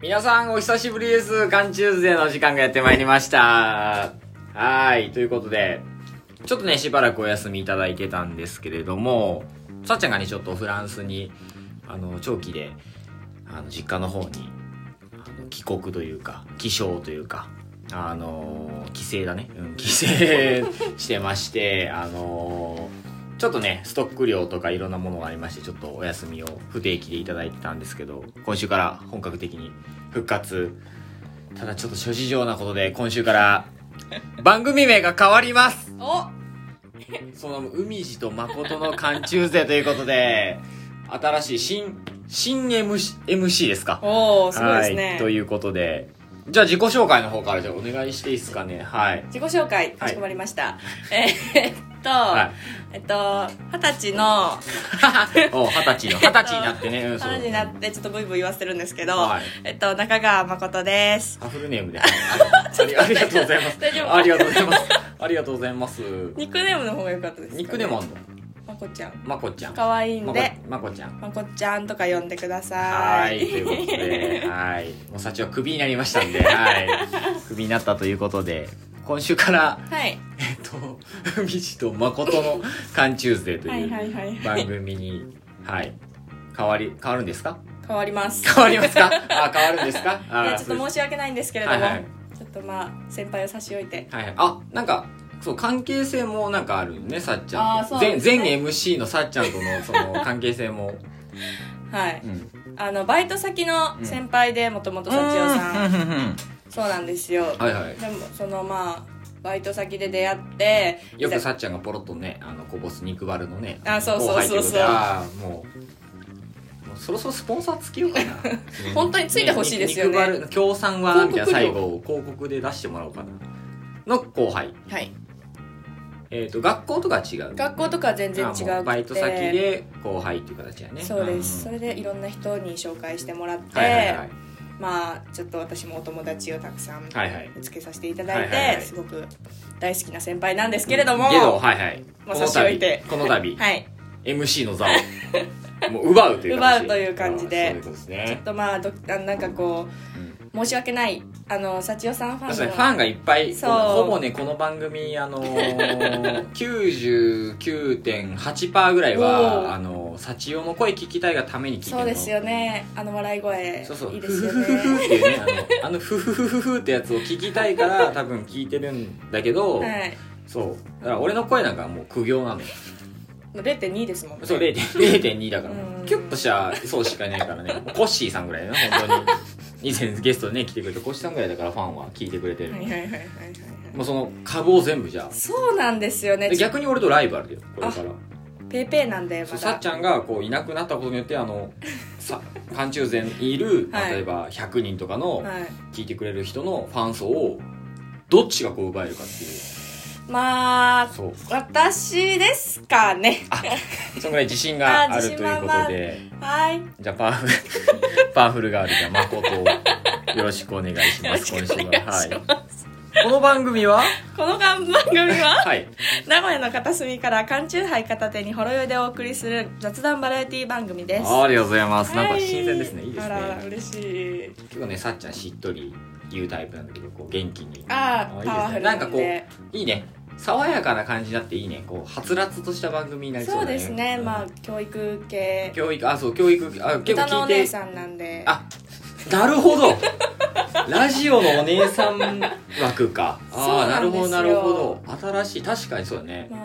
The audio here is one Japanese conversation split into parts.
皆さんお久しぶりです。ガンチューズデーの時間がやってまいりました。はーい。ということで、ちょっとね、しばらくお休みいただいてたんですけれども、さっちゃんがね、ちょっとフランスに、あの、長期で、あの、実家の方に、あの帰国というか、帰省というか、あの、帰省だね。うん、帰省してまして、あの、ちょっとね、ストック量とかいろんなものがありまして、ちょっとお休みを不定期でいただいてたんですけど、今週から本格的に復活。ただちょっと諸事情なことで、今週から番組名が変わりますおその、海地と誠の寒中勢ということで、新しい新、新 MC, MC ですかおーすごいですはねい。ということで、じゃあ自己紹介の方からじゃあお願いしていいですかね。はい。自己紹介かしこまり ました、えーっと、はい。えっと二十歳のお二十歳の、二十歳になってね。うん二十そう歳になってちょっとブイブイ言わせてるんですけど、はいえっと中川誠ですあフルネームで。あありありがとうございます。大丈夫ありがとうございます。ありがとうございます。ニックネームの方が良かったですか、ね、ニックネームあんのまこちゃんまこちゃん。可愛いんまこでまこちゃん。まこちゃんとか呼んでくださはいい、ということで、はい。もう社長クビになりましたんで、はい。クビになったということで、今週から、 はいえっと、海地と誠の缶チューズデーとはいいはういはい 番組に、はい。変わり、変わるんですか変わります変わりますかあ、変わるんですかいやあちょっと申し訳ないんですけれどはいも、はいちょっとまあ先輩を差し置いてはいはい。あ、なんか、そう、関係性もなんかあるよね、さっちゃあーんと。そうで全すね全 MC のさっちゃんとの、その、関係性も。はいうん。あのバイト先の先輩でもともと幸代さん、うんうんうんうんそうなんですよ、はいはい。でもそのまあバイト先で出会ってよくいざさっちゃんがポロッとね、あの、こぼす肉バルのね、あそうそうそ後輩ってこうそうとであーもう、もうそろそろスポンサーつけようかな。本当についてほしいですよね肉バル、協賛は、みたいな広最告料後、広告で出してもらおうかな。の後輩。はい、えっ、と、学校とかは違う。学校とかは全然違あうくもてうバイト先で後輩っていう形やね。そうです、んそれでいろんな人に紹介してもらって、はいはいはい。まあちょっと私もお友達をたくさんはいはい。見つけさせていただいて、はいはいはいすごく大好きな先輩なんですけれども、けど、はいはい。まあこの差し置いて度、この度、はい、 MC の座を、もう奪うという形奪うという感じであーそういうことですちょっね。とまあどあなんかうこんう申し訳ないあの幸代さんフ確かァにンのファンがいっぱいそうほぼねこの番組あの ー、99.8%ぐらいおーはあのー幸代の声聞きたいがために聞いてるそのうですよねあの笑い声そうそういいでフすフよフフ フっねていうねあのあのフフフフフってやつを聞きたい から多分聞いてるんだけど、はいそうだから俺の声なんかもう苦行なのもう0.2ですもんねそう0.2だからうんキュッとしたそうしかいないからねコッシーさんぐらいね本当に以前ゲストでね来てくれたコッシーさんぐらいだからファンは聞いてくれてる、はいはいはいはいはいもうその株を全部じゃあそうなんですよねで逆に俺とライバルだよこれからペーペーなんでそまうさっだちゃんがこういなくなったことによってあのさ寒中前にいるはい例えば100人とかのはい聞いてくれる人のファン層をどっちがこう奪えるかっていうまあそう私ですかねそのぐらい自信があ あると自いう信満こ々とではいじゃあパワフル パワフルガールじゃあ誠をよろしくお願いしまよろすしくお願今週いしははます、いこの番組はこの番組 ははい名古屋の片隅から缶チューハイ片手にほろ酔いでお送りする雑談バラエティ番組ですありがとうございますなんはかい新鮮ですねいいですあらね嬉しい結構ねさっちゃんしっとり言うタイプなんだけどこう元気にああいいですねあパワフルななんでんかこいいね爽やかな感じになっていいねこうはつらつとした番組になりそうそうだねですね、まあ教育系教育あそう教育あ結構歌のお聞い姉てさんなんであなるほど ラジオのお姉さん枠かああなるほどそうななんるですよほど新しい確かにそうだねまあ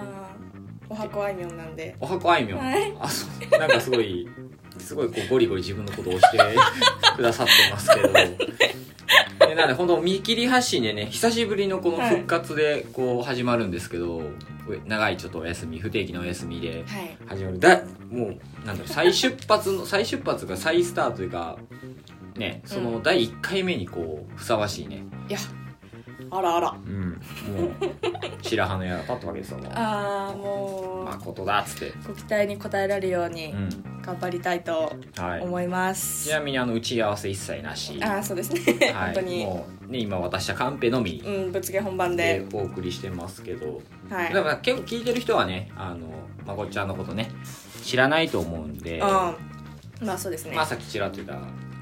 お箱あいみょんなんでおはこあいみょん、はいあそうなんかすごいすごいこうゴリゴリ自分のことを押して くださってますけどでなんで本当見切り発信でね久しぶりのこの復活でこう始まるんですけど、長いちょっとお休み不定期のお休みではい始まるだもうなんだろう再出発の 再出発が再スタートというかねその第1回目にこうふさわしいね、いやあらあらうん、もう白羽の矢が立ったわけですよもうああも誠だっつって、うご期待に応えられるようにうん頑張りたいとはい、思いまちす、なみにあの打ち合わせ一切なし、ああそうですね、は 本当にい、もうね今渡したカンペのみうんぶつけ本番でで、お送りしてますけど、はいでもなんか結構聞いてる人はねあのまこっちゃんのことね知らないと思うんで、うまあそうですねまあはさっきちらっと言った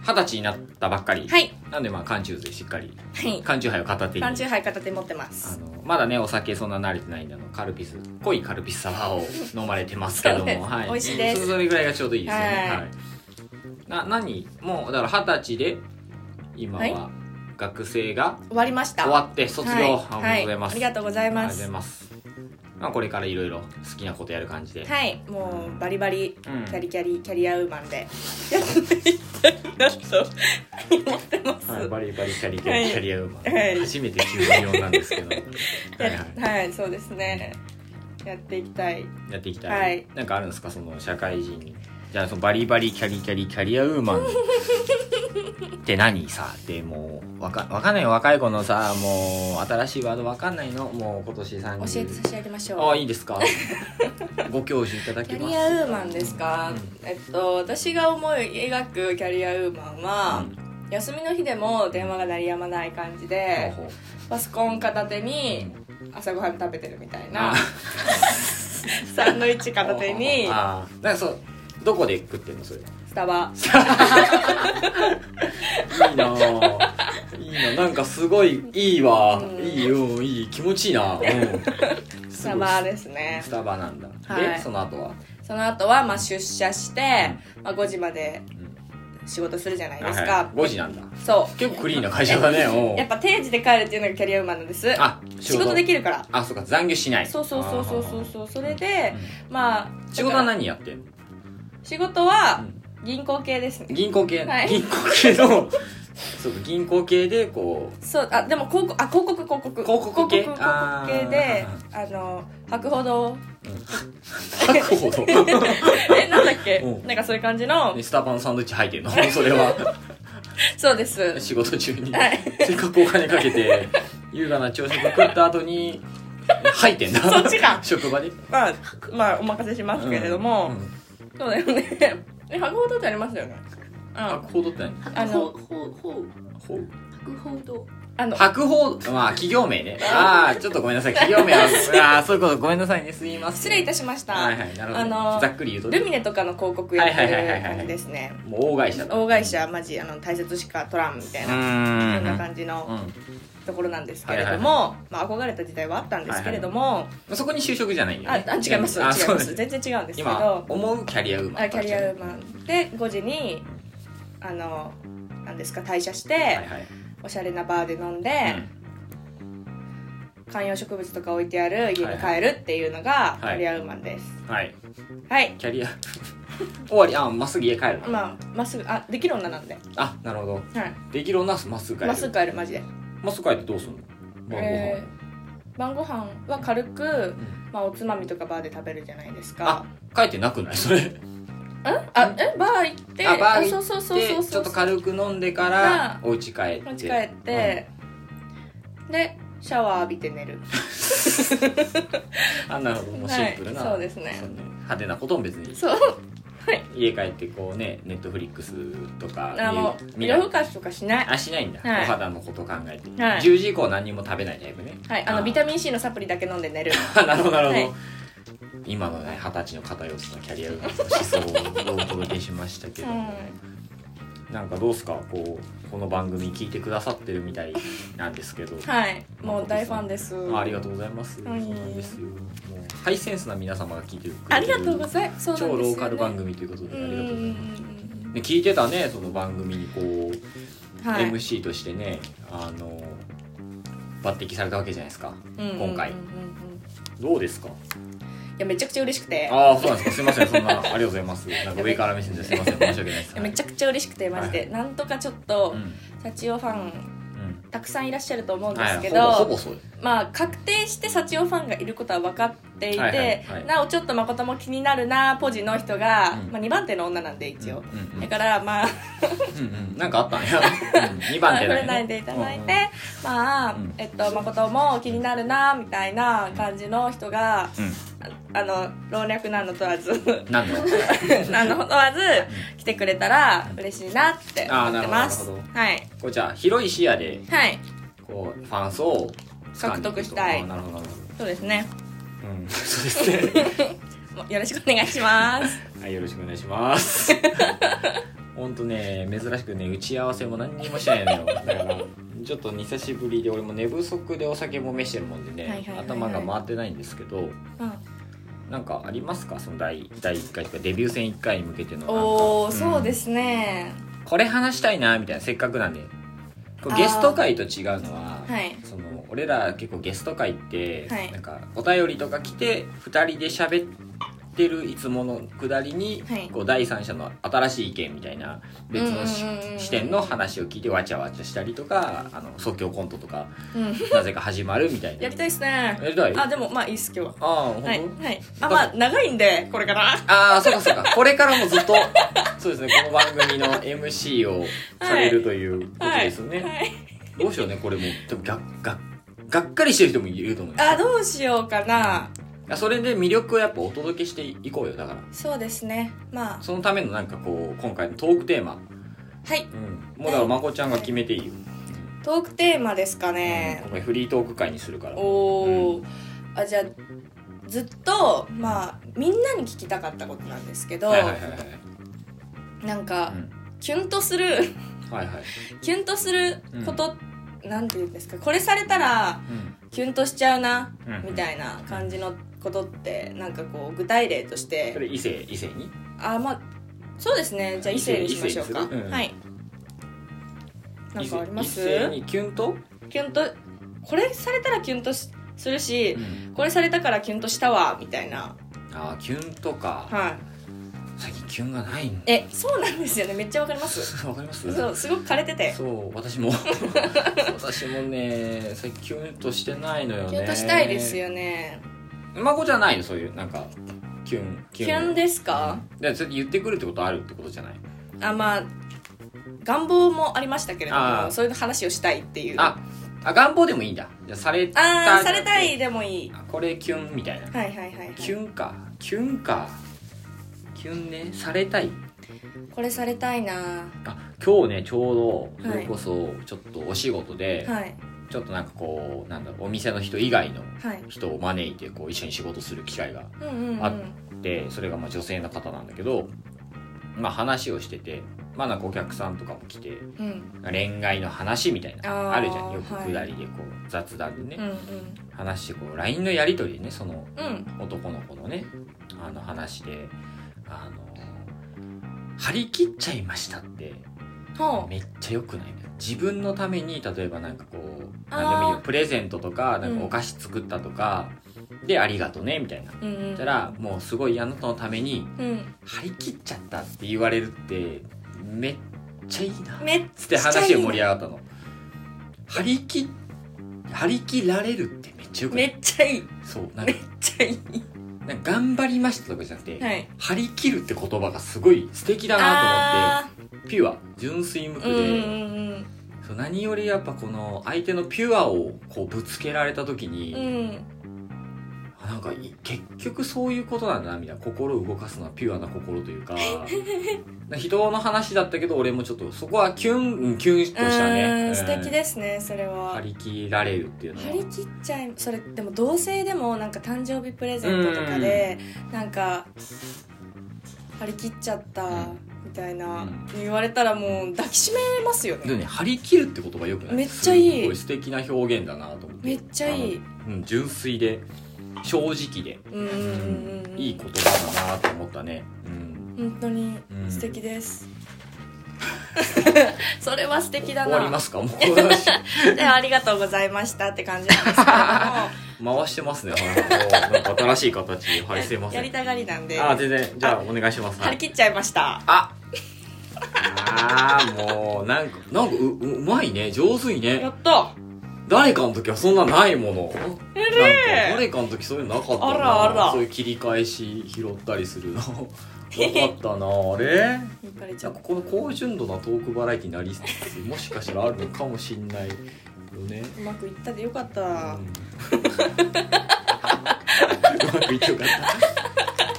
二十歳になったばっかり、いなんでまあ缶チューズでしっかりはい缶チューハイを片手に缶チューハイ片手に持ってまあすのまだねお酒そんな慣れてないんであのカルピス濃いカルピスサワーを飲まれてますけどそうですも、はい、美味しいですそそれぐらいがちょうどいいですよねはいはい、な何もうだから二十歳で今はいは学生が終わりました終わって卒業、はあいりがとうございます、はいありがとうございありがまとうございすますまあこれからいろいろ好きなことやる感じで、はいもうバリバリキうんャリキャリキャリアウーマンでやっていきたいなと思ってますはいバリバリキャリキはャいリキャリアウーマン、はい初めて中四なんです けどはい、やはい、はいそうですねやっていきたいやっていきたい、はなんかあるんですかその社会人じゃあそのバリバリキャリキャリキャリアウーマン って何さってもうわかわかんないよ若い子のさもう新しいワードわかんないのもう今年教30えて差し上げましょうああいいです かご教授いただキけャますリアウーマンですか、えっと私が思い描くキャリアウーマンは、休みの日でも電話が鳴りやまない感じでほうほパソコン片手に朝ごはん食べてるみたいなサンドイッチ片手にうああなんかそうどこで食ってんのそれいスタバいなあいいななんかすごいいいわ、うんいいよいい気持ちいいな、うん、ススタバですねスタバなんだ、はいでその後はその後はまあ出社して、まあ、5時まで仕事するじゃないですか、はい5時なんだそ結構クリーンな会社だねうおうやっぱ定時で帰るっていうのがキャリアウーマンなんですあ仕事できるからあそうか残業しないそうそうそうそうそうあそうそれでー、まあ仕事は何やってんの、仕事は銀行系ですね、銀行系、はい銀行系の そうか銀行系でこうそうあでも広告あ広告広告広告系広告広告系であの博報堂 書くほどねえなんだっけうんなんかそういう感じのスタバのサンドイッチ入ってんのそれはそうです仕事中にはいせっかくお金かけて優雅な朝食食った後に入ってんだそっちか職場でまあまあお任せしますけれども、うんうんそうだよねえ博報堂ってありますよねうんああ行動って何あのほうほうほうほう白報堂の白鵬、まあ、企業名 ね。ああ、ちょっとごめんなさい。企業名は、ああ、そういうこと、ごめんなさいね。すいません。失礼いたしました、はいはい、なるほどね、あのざっくり言うとね、ルミネとかの広告やってはいはいはいはいるはい感じですねもう大会社だ。大会社マジあの大切しか取らんみたいうな、ーん。そんな感じの、うところなんですけれども、まあ、憧れた時代はあったんですけれども、ん。そこに就職じゃないよ、ね。ああ違います違いあまそうです全然違うんですけ今ど、思うキャリアウーマン。あキャリアウーマンで5時にあのなんですか退社して、はいはい。おしゃれなバーで飲んで、うん観葉植物とか置いてある家はにいは帰るっていうのがはいキャリアウーマンですはい。はい、キャリア、 終わり、あ、まっすぐ家帰るの。まあまっすぐあできる女なんで、はあ、なるほど。い、できる女はまっすぐ帰る。まっすぐ帰るマジでまっすぐ帰ってどうすんの晩ご飯。えー晩ご飯は軽く、んまあ、おつまみとかバーで食べるじゃないですかあ、帰ってなくないそれ。んあえバー行ってあ、バー行あって、そうそうそうそうそうちょっと軽く飲んでからあ、お家帰って。持ち帰って、でシャワー浴びて寝るあなるほどもうシンプルな、はいそうですねそんな派手なことも別にそう 家帰ってこうねネットフリックスとかあもう見夜る更かしとかしないあしないんだ、はいお肌のこと考えて、はい10時以降何にも食べないタイプねはいあのビタミン C のサプリだけ飲んで寝る あなるほどなるほど、はい今のね二十歳の偏ったキャリアの思想をお届けしましたけうども、んなんかどうっすかこうこの番組聞いてくださってるみたいなんですけど、はいもう大ファンですあありがとうございます、はいそうなんですよもうハイセンスな皆様が聞いてくれてるありがとうございますそうなん超ですよ、ね、ローカル番組ということでうんあうりがとうございますんで聞いてたねその番組にこう、うんはい MC としてねあの抜擢されたわけじゃないですかうんうんうんうん今回いどうですかやめちゃくちゃ嬉しくてああそうなんですかすいませんそんなありがとうございますなんか上から目線ですいません申し訳ないでいすやめちゃくちゃ嬉しくてマジで、はいなんとかちょっとうん幸男ファンうんたくさんいらっしゃると思うんではいすほけど、ぼほぼそうですまあ確定して幸男ファンがいることは分かっていて、はいはいはいなおちょっと誠も気になるなポジの人が、うんまあ、2番手の女なんで一応、うんうんだからまあうんうんなんかあったん や、うん、2触番手だれよないねでいただいうんて、うんまあ、うんえっと誠も気になるなみたいな感じの人が、ああの老若男女問わず うん何の何の問わず来てくれたら嬉しいなってあー思ってますなるほどなるはいこうじゃあ広い視野ではいこうファン層を掴んでいくと獲得したいあーなるほどなるほどそうですねうん、そうですね。もよろしくお願いし ます。はい、よろしくお願いします。 ほんとね、珍しくね、打ち合わせも何にもしないのよ。だから、ちょっと久しぶりで、俺も寝不足でお酒もめしてるもんではいはいねはい、はい頭が回ってないんですけど、うんなんかありますかその第第1回とか、デビュー戦1回に向けてのなんか。おんー、そうですね。これ話したいな、みたいな、せっかくなんで。こうゲスト会と違うのは、はい。その俺ら結構ゲスト会って、はいなんかお便りとか来て2人で喋ってるいつものくだりに、はいこう第三者の新しい意見みたいな別のしうんうんうんうん視点の話を聞いてわちゃわちゃしたりとかあの即興コントとかうん。なぜか始まるみたいなやりたいですね。やりたいあ、でも、まあいいっす、今日は。ああ本当、はい。はい。あ、まあ、長いんで、これから。ああそうかそうかこれからもずっとそうですねこの番組の MC をされるということはい。ですね、はい。どうしようねこれもでもがががっかりしてる人もいると思うんですよあ、どうしようかな。あそれで魅力をやっぱお届けしていこうよだからそうですね。まあ、そのためのなんかこう今回のトークテーマ、はい。もうだからまこちゃんが決めていいよ、トークテーマですかうねん。今回フリートーク会にするからおー。あ、じゃあ、ずっと、まあ、みんなに聞きたかったことなんですけど、はいはいはいはいなんかう、んキュンとする、 はいはいキュンとすること、なんて言うんですか、これされたら、キュンとしちゃうな、うんみたいな感じのことってなんかこう具体例としそてれ異性異性にあまあそうですねじゃあ異性にしましょうか、異性にするうんはいなんかあります異性にキュンと、キュンとこれされたらキュンとしするしう、これされたからキュンとしたわみたいなあーキュンとか、はい最近キュンがないんえそうなんですよねめっちゃわかりますわかりますそうすごく枯れててそう私 も私もね最近キュンとしてないのよねキュンとしたいですよねまこちゃんないのそういうなんかキュンキュンですか、でそれ言ってくるってことあるってことじゃないあまあ願望もありましたけれどあーもそういう話をしたいっていうああ願望でもいいんだじゃあされたあーされたいでもいいあこれキュンみたいな、はいはいはい、はい、キュンかキュンかキュンねされたいこれされたいなあ今日ねちょうどはそいれこそちょっとお仕事で、はいちょっとなんかこうなんだろうお店の人以外のはい人を招いてこう一緒に仕事する機会がうんうんうんああってそれがまあ女性の方なんだけどまあ話をしててまあなんかお客さんとかも来てうん恋愛の話みたいなあーあるじゃんよくはい下りでこう雑談でね、うん話してこう LINE のやり取りでねそのうんうん男の子のねあの話であの張り切っちゃいましたってほめっちゃ良くない自分のために例えばなんかこうあー何でもいいよプレゼントとかなんうんかお菓子作ったとか、でありがとうねみたいな。ううんうんそしたらもうすごいあなたのためにうん張り切っちゃったって言われるってめっちゃいいなめっつっちてゃい話いで盛り上がったの張り切張り切られるってめっちゃよくなめいっちゃいいめっそうなんかちゃいいなんか頑張りましたとかじゃなくて、はい張り切るって言葉がすごい素敵だなあと思ってピュア純粋無垢ーうで、んうんそう何よりやっぱこの相手のピュアをこうぶつけられた時に、うんうんあなんかい結局そういうことなんだなみたいな心を動かすのはピュアな心と いうかな人の話だったけど俺もちょっとそこはキュンうんキュンとしたねううんん素敵ですねそれ張はり切られるっていうのは張り切っちゃいそれでも同性でもなんか誕生日プレゼントとかでなんか張り切っちゃったみたいなうん言われたらもう抱きしめますよねでもね張り切るって言葉よくないめっちゃいいすごい素敵な表現だなと思ってめっちゃいいあのうん、純粋で正直で、うんうんうんうんいい言葉だなと思ったね、うん、本当にうん素 敵です、それは素敵だ終わりなますかもうでありがとうございましたって感じなんですけ れ回してますね話をなんか新しい形ではいすいどまもせやんりたがりなんであー全張然じゃあお願いしますり切っちゃいましたああーもうなんかなんかうううまいね上手いやねっと誰かの時はそんなないものなんかえ誰かの時そういうのなかったなあらあらそういう切り返し拾ったりす るのなかったなあれいかれちじゃあゃうここの高純度なトークバラエティになりつつもしかしたらあるのかもしんないよねうまくいったでよかった、うん うまくいってよかっ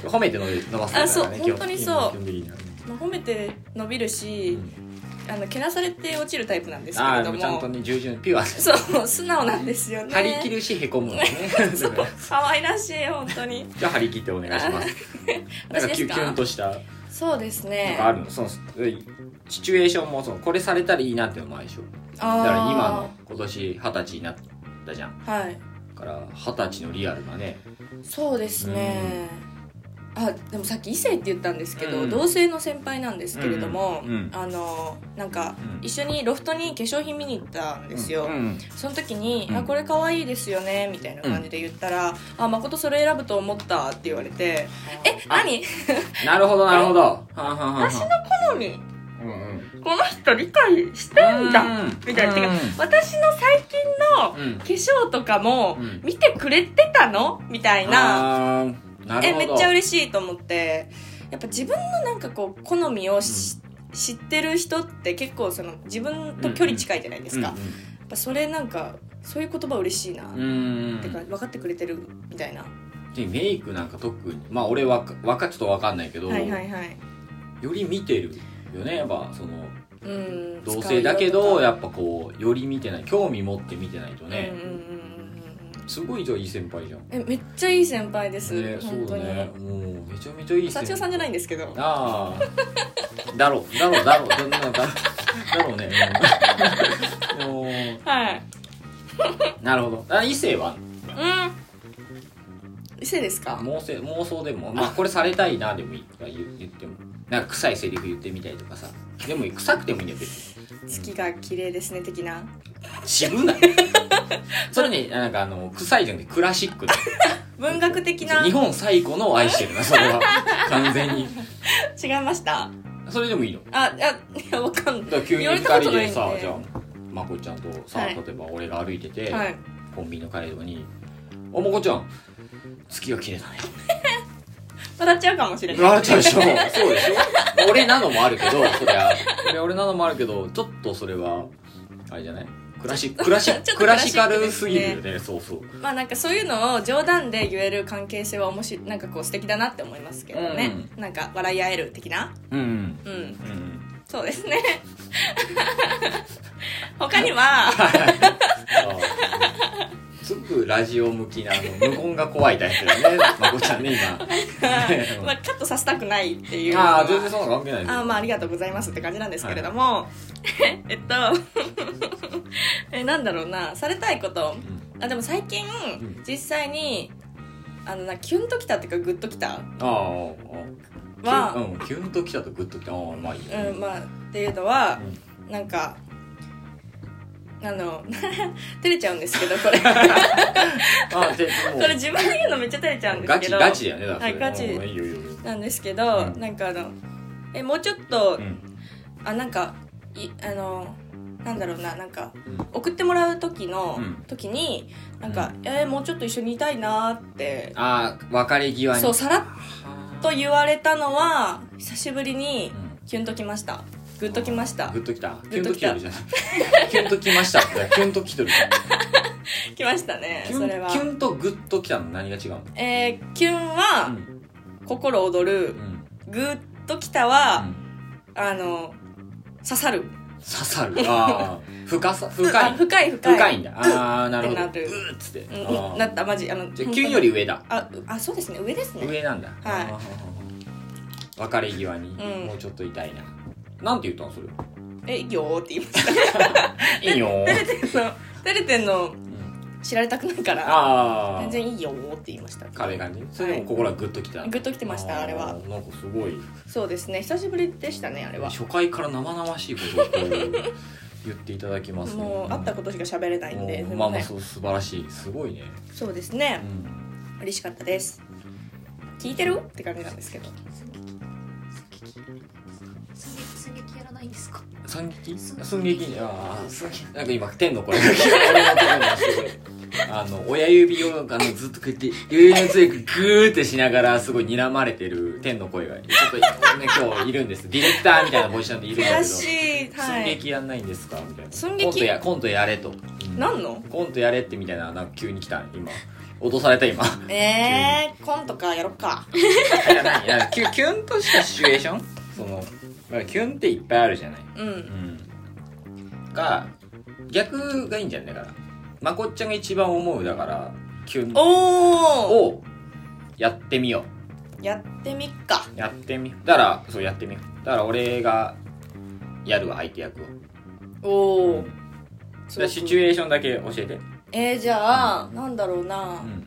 た褒めて伸び伸ばすんだからねあそう本当にそう基本的にはまあ、褒めて伸びるし、あのけなされて落ちるタイプなんですけあれあどーちゃんともね従順ピュアですそう素直なんですよね張り切るしへこむのね そう可愛らしい本当にじゃあ張り切ってお願いし ますなん私かでキすュキュンかとしたそうですなんねかあるのそのシチュエーションもそのこれされたらいいなっていうのもあるでしょあだからー今の今年二十歳になったじゃんはいだから二十歳のリアルがねそうですね、あでもさっき異性って言ったんですけど、うん同性の先輩なんですけれども、うんうんあのなんかうん一緒にロフトに化粧品見に行ったんですよ、うんうんその時に「うんあこれ可愛いですよね」みたいな感じで言ったら「あ誠それ選ぶと思った」って言われて「えあ何なるほどなるほどはあはあはあはあ私の好みうんうんこの人理解してんだ」みたいな、てか私の最近のうんうん化粧とかもうん見てくれてたのみたいな、あーなるえほどめっちゃ嬉しいと思ってやっぱ自分のなんかこう好みをし、知ってる人って結構その自分と距離近いじゃないですか、うんやっぱそれなんかそういう言葉嬉しいな、うんうんてか分かってくれてるみたいな、でメイクなんか特にまあ俺わかわかちょっとわかんないけど、はいはいはいより見てるよねやっぱそのうん同性だけどややっぱこうより見てない興味持って見てないとね、うんうんうんうんすごいじゃあいい先輩じゃんうんえめっちゃいい先輩です、ね本そ当うだに、ねもうめちゃめちゃいい社先長さんじゃないんですけどああだろうだろうだろうだろうだろうねうんもはいうなるほどあ異性はうん伊勢ですか妄想妄想でもまあこれされたいなでもいいとか言う言ってもなんか臭いセリフ言ってみたりとかさでもいい臭くてもいいんだよ別に月が綺麗ですね的な渋ない それねなんかあの臭いじゃなくてクラシックだ文学的な日本最古のを愛してるなそれは 完全に違いましたそれでもいいのあ、あ、いや、わかんだかない。ら急に言われ2たこ人となでいんさじゃあまこちゃんとさ、はい例えば俺が歩いてて、はい。コンビニの街道に「あまこちゃん月が綺麗だ ね」笑っちゃうかもしれ言ない。われちゃうでしょそうでしょ俺なのもあるけどそりゃそりゃ俺なのもあるけどちょっとそれはあれじゃないクラシッククラシック ちょっとククララシシカックルですすぎねるよねそうそうまあなんかそういうのを冗談で言える関係性は面白い、なんかこう素敵だなって思いますけどね。なんか笑い合える的な。うんうんうん。うんうんそうで すね。他には、あーすごくラジオ向きなあの無言が怖いタイプだよねまこちゃんね 今まあカットさせたくないっていう。ああ全然そんなの関係ないですあーまあありがとうございますって感じなんですけれども、 えっとえなんだろうなされたいことあでも最近、うん実際にあのなキュンときたっていうかグッときたああああは、うん、キュンときたとグッときたああまあいいようんまあっていうのは、なんかあの 照れちゃうんですけどこれこあでもうれ自分で言うのめっちゃ照れちゃうんですガけチどガチだよねだってはいガチうんいいよいいよなんですけど、うんなんかあのえもうちょっと、うんあなんかいあのなんだろうななんかうん送ってもらう時の、うん時になんか、えーもうちょっと一緒にいたいなーって、ああ別れ際にそうさらっと言われたのは久しぶりにキュンときましたグッときましたグッときたキュグンッととききてたるじゃんキュンときましたってキュンときてるじゃんきましたねキ それュンはキュンとグッときたの何が違うのえーキュンうはん心躍るうんグッときたうは、んあの刺さる刺さるああ深さ深あい深い深い深いんだああなるほどうってなるーっつってうんあうんーなったマジあのじゃあ本当にキュンより上だああそうですね上ですね上なんだはいあー別れ際にうんもうちょっと痛いななんて言ったのそれえいいよーって言いましいいよーた照れてんのうん知られたくないからああ全然いいよーって言いました軽い感じそれでも心はグッときた、グッときてましたあれはーなんかすごいそうですね久しぶりでしたねあれは初回から生々しいことをこう言っていただきますねもう会ったことしか喋れないんもうですいまあまませあんそう素晴らしいすごいね、そうですうねん、嬉しかったです聞いてるって感じなんですけど寸劇寸劇やらないんですか寸劇寸寸劇劇ああ寸劇なんか今天の声が俺のところにはすごいあの親指をあのずっとこうやって指の強くグーってしながらすごい睨まれてる天の声がちょっと、ね、今日いるんですディレクターみたいなポジションでいるんだけど悔しいは寸い劇やんないんですかみたいな寸劇コントやコントやれと、うん何のコントやれってみたいななんか急に来た今落とされた今えー、コントかやろっかいや何いやキュキュンとしたシチュエーションそのまあキュンっていっぱいあるじゃない、うんうん、が逆がいいんじゃんだからまこっちゃんが一番思うだからキュンおおをやってみようやってみっかやってみだからそうやってみようだから俺がやるわ相手役をおおそれシチュエーションだけ教えてえー、じゃあなんだろうな、ん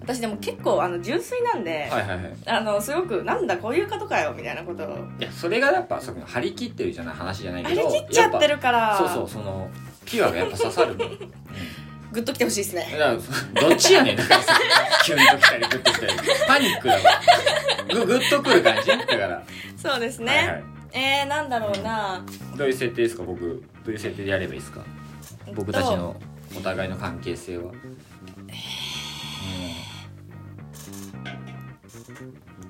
私でも結構あの純粋なんで、はいはいはいあのすごくなんだこういうことかよみたいなことをいやそれがやっぱその張り切ってるじゃない話じゃないあけれど切っちゃってやるかぱらそうそうそのピュアがやっぱ刺さ るもんうんグッときてほしいですねだからどっちやねんだからさ急にときたりグッときたりパニックだからググッとくる感じだからそうですね、はいはいえー、なんだろうなどういう設定ですか僕どういう設定でやればいいですか僕たちのお互いの関係性は、う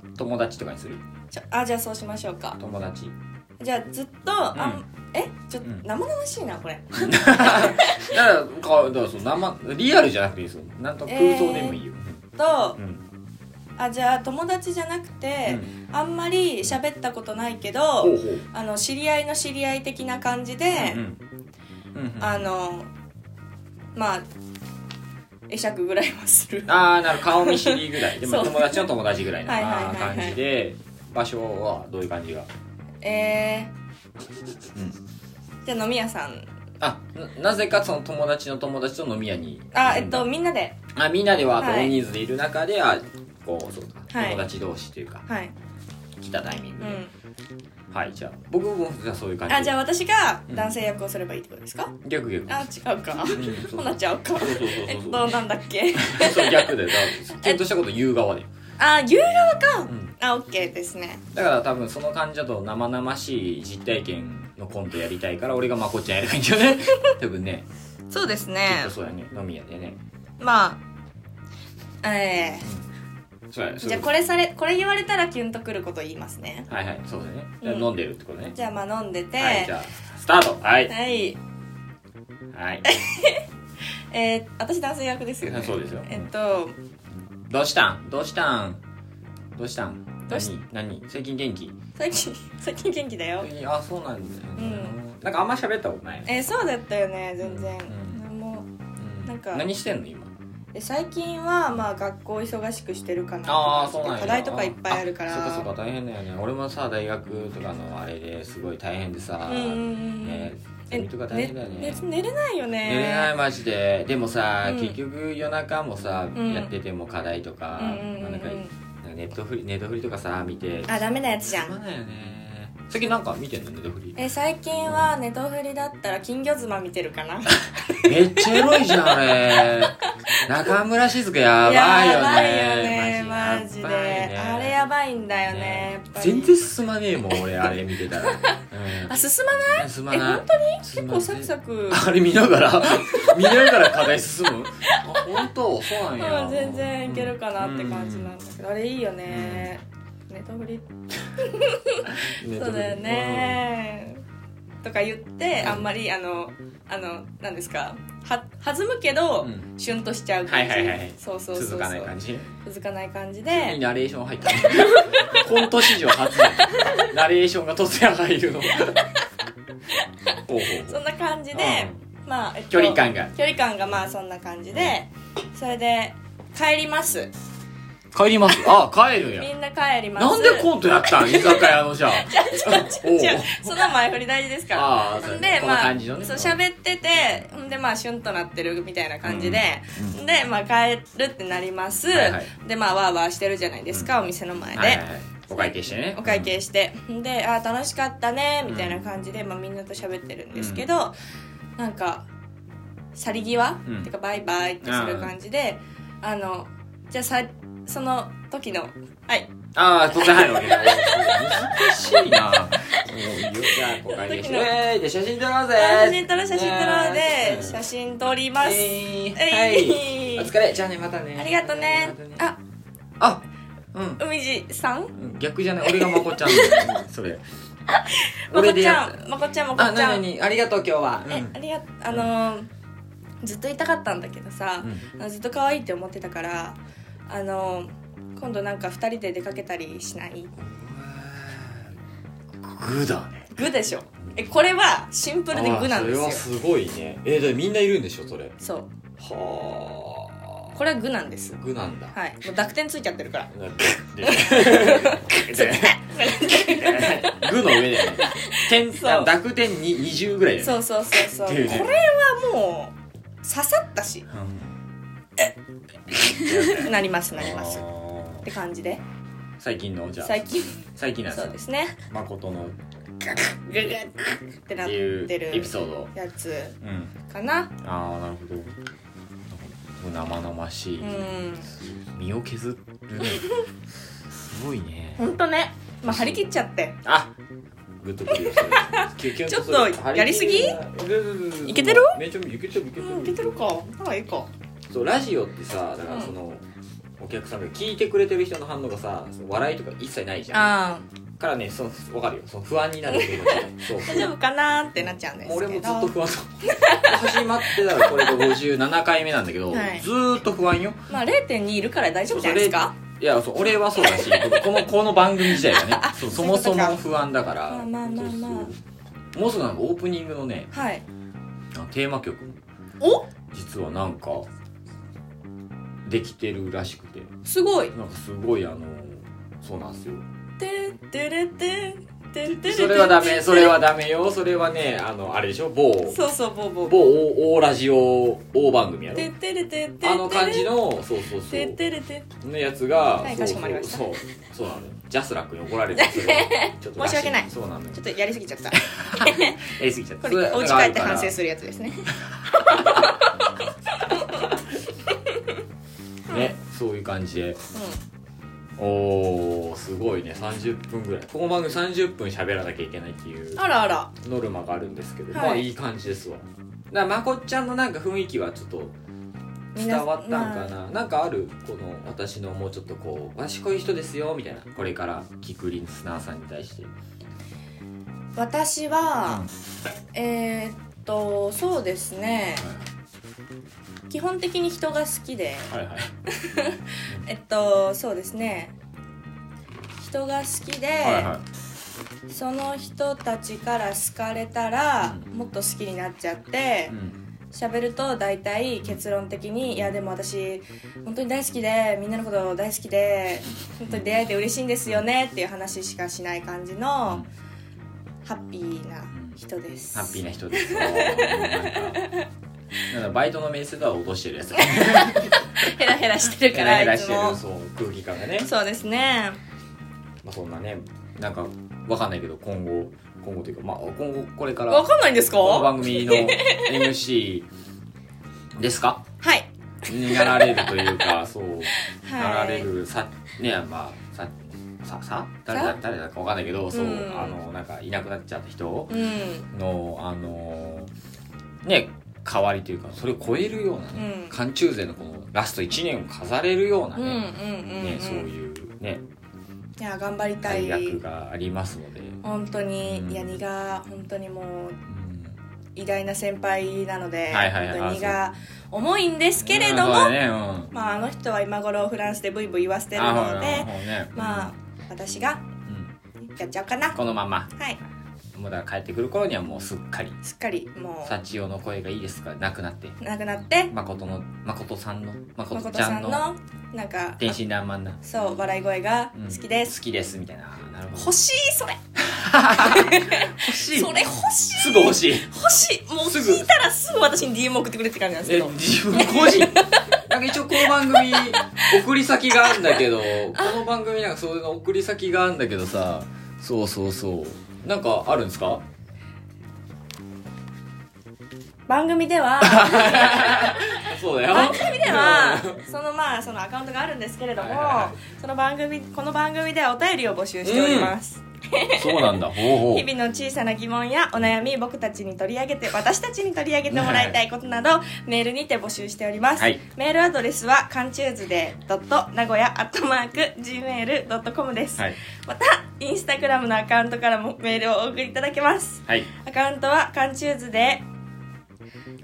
ん友達とかにするちょあじゃあそうしましょうか友達 じゃあずっと、あんえちょっとうん生々しいなこれだからかだからそう生リアルじゃなくていいですよなんと空想でもいいよ、とうんうんあじゃあ友達じゃなくて、あんまり喋ったことないけほうどほうあの知り合いの知り合い的な感じで、うんうんうんあのまあ会釈ぐらいはするああなるほど顔見知りぐらいでそもう友達の友達ぐらいのはいはいはいはいあー感じで場所はどういう感じがえうんー、じゃあ飲み屋さんあななぜかその友達の友達と飲み屋にあえっとみんなであみんなでははい大人数でいる中で、あこうそうかはい友達同士というか、はい来たタイミングうで、んはいじゃあ僕もじゃあそういう感じあじゃあ私が男性役をすればいいってことですか、逆逆あ違ううかんそうほなちゃうかそうそうえっそうそとなんだっけうそう逆でだから検討したこと言う側で、あ夕側かうん、あオッケーですねだから多分その感じだと生々しい実体験のコントやりたいから俺がまこっちゃんやればいいんじゃね 多分ねそうですきねっとそうやね飲み屋でねまあえそうやー、そうじゃあこれされこれ言われたらキュンとくること言いますねはいはいそうだねだかうんら飲んでるってことね、じゃあまあ飲んでてはいじゃあスタートはいはいはい、えー、私男性役ですよ ねそうですよえっとどうしたんどうしたんどうしたんどうし何何最近元気最近最近元気だよ最近あそうなんだよね、うなんかあんま喋ったことないね、えー、そうだったよね全然、うんなんもうんなんか何してんの今で最近はまあ学校忙しくしてるかなとああかそうなんや課題とかいっぱいあるからそっかそっか大変だよね俺もさ大学とかのあれですごい大変でさ、うんうんうんねゼえミとか大変だよねねね寝れないよね寝れないマジででもさ、うん結局夜中もさ、うんやってても課題とか、うんうんうんうんなんかなんかネットフリネットフリとかさ見てあダメなやつじゃつまんんないよね最近なんか見てんのネットフリえ最近はネトフリだったら金魚妻見てるかなめっちゃエロいじゃんあ れ中村静香やばいよねやばいよねマジでやばいねあれやばいんだよねねやっぱり全然進まねえもん俺あれ見てたら、うん あ進まない進まえない本当に進ま結ない構サクサク あれ見ながら見ながら課題進むあ本当そうなんや、うん全然いけるかなって感じなんだけどあれいいよねネトフリうん、そうだよねとか言ってあんまりあのあの何ですかは弾むけど、うんシュンとしちゃう感じ、はいはいはいそうそうそうそう続かない感じ続かない感じいいでナレーション入ったコント史上初だナレーションが突然入るのほうほうほそんな感じで、まあ、えっと距離感が距離感がまあそんな感じでそれで帰りますう帰り ますあ帰るんやみんな帰りますなんでコントやったん居酒屋のじゃあおう 違うその前振り大事ですからああほそうんでこのまあ感じのねそう喋っててほんでまあシュンとなってるみたいな感じで、うでまあ帰るってなります、はいはいでまあワーワーしてるじゃないですか、お店の前で、はいはいはいお会計してねお会計して、で「あー楽しかったね」みたいな感じで、まあ、みんなと喋ってるんですけど、なんか去り際、うんてかバイバイってする感じであのじゃあさその時のはいああ、突然入るわけだ。難しいな。じゃあ、こう会議して。えー、で、写真撮ろうぜあ写真撮ろう写真撮ろうねで写真撮ります、えーえいはい。お疲れ。じゃあね、またね。ありがとねまたああ、うん。海地さんうん逆じゃない。俺がまこちゃんだよ。うんそれ。まこちやゃっんまこちゃんまこあ、ちゃなんに、ありがとう、今日は。うんえありがあのーずっと言いたかったんだけどさ、うんあのずっと可愛いって思ってたからあのー今度なんか2人で出かけたりしないグだね具でしょえこれはシンプルで具なんですあーよそれはすごいねえー、でみんないるんでしょそれそうはこれは具なんですあ具なんだはいもう濁点ついちゃってるからなんかでで具の上で点そう濁点に20ぐらいだよねそうそうそうそうこっていれうねはもう刺さったしなりますなりますっあーて感じで最近のじゃあ最近最近なんでそすうねですね誠のっググってなっていうてエピるソードをやつうんかなああなるほど生々しい、うん身を削るねすごいねほんとねまあ張り切っちゃってあグッとく るよそれキュキュンするちょっとやりすぎいけてるめちゃめちゃいけてるいけてうんるいけてるかなんかいいかそうラジオってさだからその、お客さんが聞いてくれてる人の反応がさその笑いとか一切ないじゃんあーからねそう分かるよその不安になるけど そう大丈夫かなーってなっちゃうんですけど俺もずっと不安だ始まってだからこれが57回目なんだけど、はいずーっと不安よまあ0.2いるから大丈夫じゃないですかいやそう俺はそうだしこのこの番組自体がねそうそそういうもことそかも不安だからまあまあまあまあそうそうもうすぐなんかオープニングのねはいあテーマ曲もお実はなんかできてるらしくてすごいなんかすごいあのそうなんですよてんてれてんてんてれてんそれはダ メそれはダメよそれはねあのあれでしょ某そうそうボーボー某大大ラジオ大番組やろてんてれてんてんてれあの感じのそうそうそてんうてれてんのやつが、はそいうそかしこうまりましたそうそうなのよジャスラックに怒ら れるそれはちょっとらし申し訳ないそうなのよちょっとやりすぎちゃったやりすぎちゃっこたれお家それ帰って反省するやつですねねそういう感じでおーすごいね30分ぐらいこの番組30分喋らなきゃいけないっていううんあらあらノルマがあるんですけど、はいまあいい感じですわだからまこっちゃんのなんか雰囲気はちょっとみん伝なわったんかな、まなんかあるこの私のもうちょっとこう「わしこういう人ですよ」みたいなこれから聞くリンスナーさんに対して私はえーっとそうですね基本的に人が好きではいはいえっとそうですね人が好きで、はいはいその人たちから好かれたら、うもっと好きになっちゃってうん喋、ると大体結論的に「いやでも私本当に大好きでみんなのこと大好きで本当に出会えて嬉しいんですよね」っていう話しかしない感じの、うんハッピーな人です。ハッピーな人ですよなんかなんかバイトの面接は落としてるや つヘラヘラしてるヘかラらヘラいしつてるも。そう空気感がねそうですね。まあ、そんなねなんかわかんないけど今後今後というか、まあ、今後これかわらかんないんですか？このは番組の MC ですかいになられるという かそう、ならはれい。るさねまあさささ誰ださ誰だかわかんないけどそう、うんあのなんかいなくなっちゃった人うん。のあのね代わりというかそれを超えるようなねうん寒中勢のこのラスト1年を飾れるようなうんうんね,、うん、ねうん、そういうねいや頑張りた大い学がありますので。本当に、うんいや荷が本当にもううん偉大な先輩なので、はいはいはい本当に荷が重いんですけれどうんも、そうだねうんまああの人は今頃フランスでブイブイ言わせてるあほのらで、ほらねまあ私がうんやっちゃおうかな。このままはい。もうだから帰ってくる頃にはもうすっかりすっかりも幸代の声がいいですかなくなってうなくなって、誠の誠さんの誠誠ちゃさんんののなんか天真爛漫なそう笑い声がうん好きです。好きですみたいなあーなるほど欲しいそれ。欲しそれ欲しいすぐ欲しい欲しいもうすぐ聞いたらすぐ私に DM 送ってくれって感じなんですけえど自分個人なんか一応この番組送り先があるんだけどこの番組なんかそういうの送り先があるんだけどさそうそうそうなんかあるんですか番組 ではそうだよ番組ではそのまあそのアカウントがあるんですけれども、はいはいはその番組この番組ではお便りを募集しております、そう なんだほうほう日々の小さな疑問やお悩み僕たちに取り上げて私たちに取り上げてもらいたいことなど、メールにて募集しております、はいメールアドレスは「かんちゅうずで」「名古屋」「アットマーク Gmail.com」です、はいまたインスタグラムのアカウントからもメールをお送りいただけますはいアカウントはカンチューズで、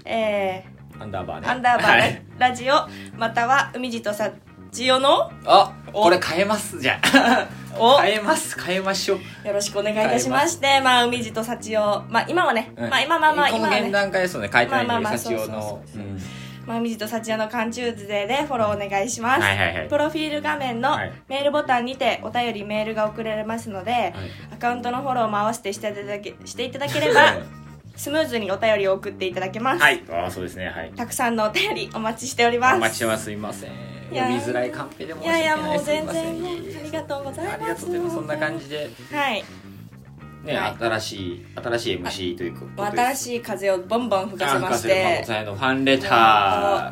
えアンダーバーー、ねアンダーバーラ,、はいジオまたは海地とさちよのあこれ変えますじゃあお変えます変えましょうよろしくお願いいたしましてまあ海地と幸をまあ今はね、うんまあ今まあまあこ今のは現ね段階ですよね変えてないまあんまあでまあ社長そのうそううそうんまあ海地と幸の缶チューズデーでフォローお願いします、はいはいはいプロフィール画面のはいメールボタンにてお便りメールが送られますので、アカウントのフォローも合わせてしていただけしていただければスムーズにお便りを送っていただけます、はいああそうですねはいたくさんのお便りお待ちしておりますお待ちしてますすいません呼びやーづらいカンペで申いしや訳いやなもいうすい全ません然ねありがとうございますありがとうございますそんな感じではいねはい新しい新しい MC ということで新いしい風をボンボン吹かせましマてコさんへのファンレタ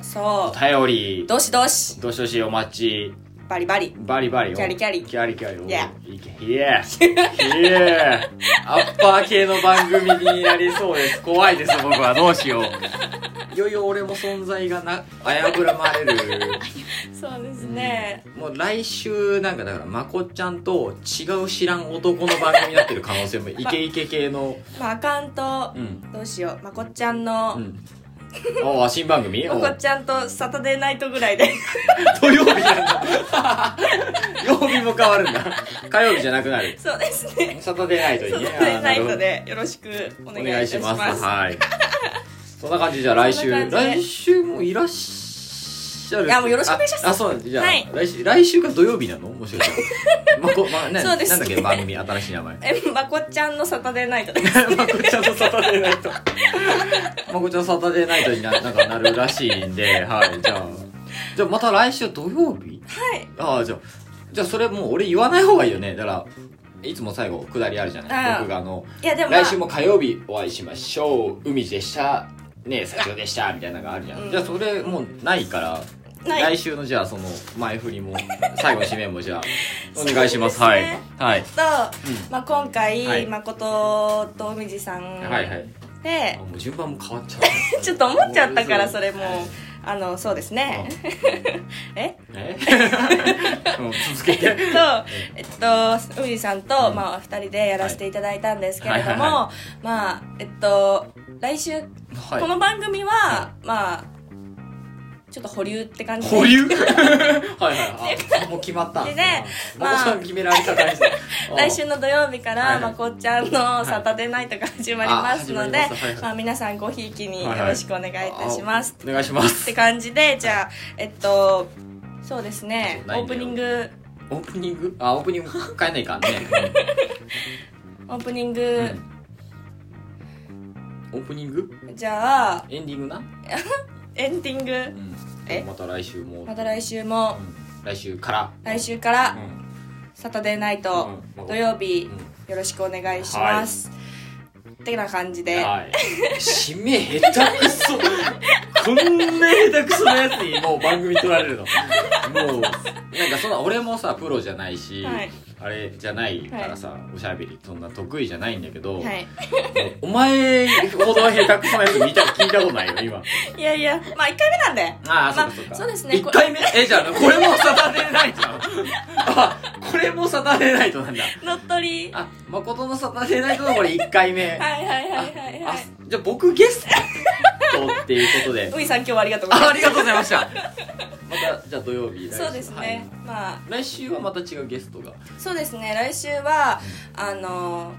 ーそうお便りどしどしどしどしお待ちバリバリバリバリキャリキャリキャリキャリお Yeah いけイエーイエーアッパー系の番組になりそうです怖いです僕はどうしよういよいよ俺も存在がな危ぶらまれるそうですね、もう来週なんかだからまこっちゃんと違う知らん男の番組になってる可能性もイケイケ系のまあ、アカウント、うんどうしようまこっちゃんの、うんああ新番組まこっちゃんとサタデーナイトぐらいで土曜日なんだ 曜日も変わるんだ火曜日じゃなくなるそうですねサタデーナイトサにねタデあーーナなイるほどトでよろしくおお願願いいいしたしまますすはいそんな感じでじゃあ来週そんな感じで来週もいらっしゃるいやもうよろしくお願いしますああそうなんですじゃあ、はい来週来週が土曜日なのもしか したらまこ、まなそうですなんだっけ番組新しい名 前えまこっちゃんのサタデーナイトで まこちゃんのサタデーナイト まこちゃんのサタデーナイトにななんかなるらしいんではいじゃあじゃあまた来週土曜日はいああじゃあじゃあそれもう俺言わない方がいいよねだからいつも最後下りあるじゃないああ僕があのいやでも、まあ、来週も火曜日お会いしましょう海地でしたねえ社長でしたみたいなのがあるじゃん、うんじゃあそれもうないからない来週のじゃあその前振りも 最後の締めもじゃあお願いしますはいはいと、まあ、今回、はい誠と海地さんで、はいはいあもう順番も変わっちゃ ったちょっと思っちゃったからそれもはいあのそうですねええ うん続け てと、えっと、海さんと、まあ、二人でやらせていただいたんですけれども、はいはいはいまあ、えっと、来週、はいこの番組は、まあ、ちょっと保留って感じで。保留はいはいあもう決まったでねまこさん決められた感 じで 来週の土曜日から、はいはいまこっちゃんのサタデーナイトが 始まりますので、あ始まりますはいはいまあ、皆さんごひいきによろしくお願いいたします。あお願いしますって感じで、じゃあ、えっと、そうですね、オないんだープよニング、オープニングあオープニング変えないかんね、オープニンうグ、んオープニングじゃあ、エンディングな、エンディンうグ、んえまた来週も、また来週もう、ん来週から、来週から、うんサタデーナイト、うん土曜日、うんよろしくお願いします、ってな感じで、はい締め下手くそこんな下手くそなやつにもう番組取ら れるのもうなんかそんな俺もさプロじゃないし、はいあれじゃないからさ、おしゃべりそんな得意じゃないんだけど、はい、もうお前ほど下手くそなやつ見た聞いたことないよ今いやいやまあ1回目なんでああ、 まあそうかそうかそうですね1回目えじゃあこれもサタデーナイ トなのあこれもサタデーナイトなんだ乗っ取りはあ誠のサタデーナイトのこれ1回目いはいはあいはいはあいじゃあ僕ゲストっていうことでういさん今日はありがとうございあまありがとうございましたまたじゃあ土曜日来す週そうですね、はいまあ来週はまた違うゲストがそうですね来週はあの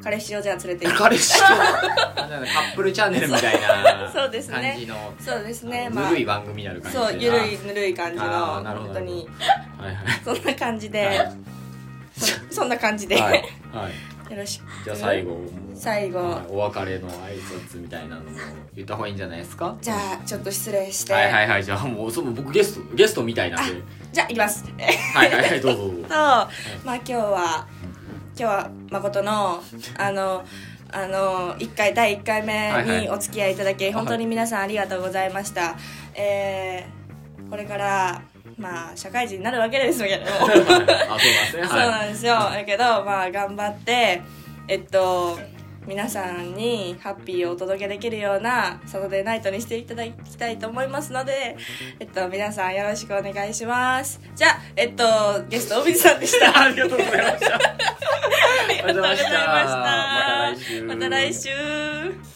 彼氏をじゃあ連れて行く彼氏とあなんかカップルチャンネルみたいな そうそうですね感じのそうですねぬまあるい番組になる感じでそうゆるいぬるい感じのあーなるほ本ど当にはいはいそんな感じはで、いそそんな感じで、はい、はい、よろしくじゃあ最後もう最後、はいお別れの挨拶みたいなのも言った方がいいんじゃないですかじゃあちょっと失礼して、はいはいはいじゃあもうそう僕ゲストゲストみたいなんでじゃあ行きますはいはいはいどうぞどうぞと、まあ今日は今日は誠のあのあの1回第1回はいは目いにお付き合いいただき、本当に皆さんありがとうございました、えーこれからまあ社会人になるわけで すけども あそうなんですねそうはいなんですよだけどまあ頑張ってえっと皆さんにハッピーをお届けできるようなサタデーナイトにしていただきたいと思いますので、えっと、皆さんよろしくお願いします。じゃあ、えっと、ゲスト、おみさんでした。 ありがとうございました。ありがとうございました。ありがとうございました。また来週。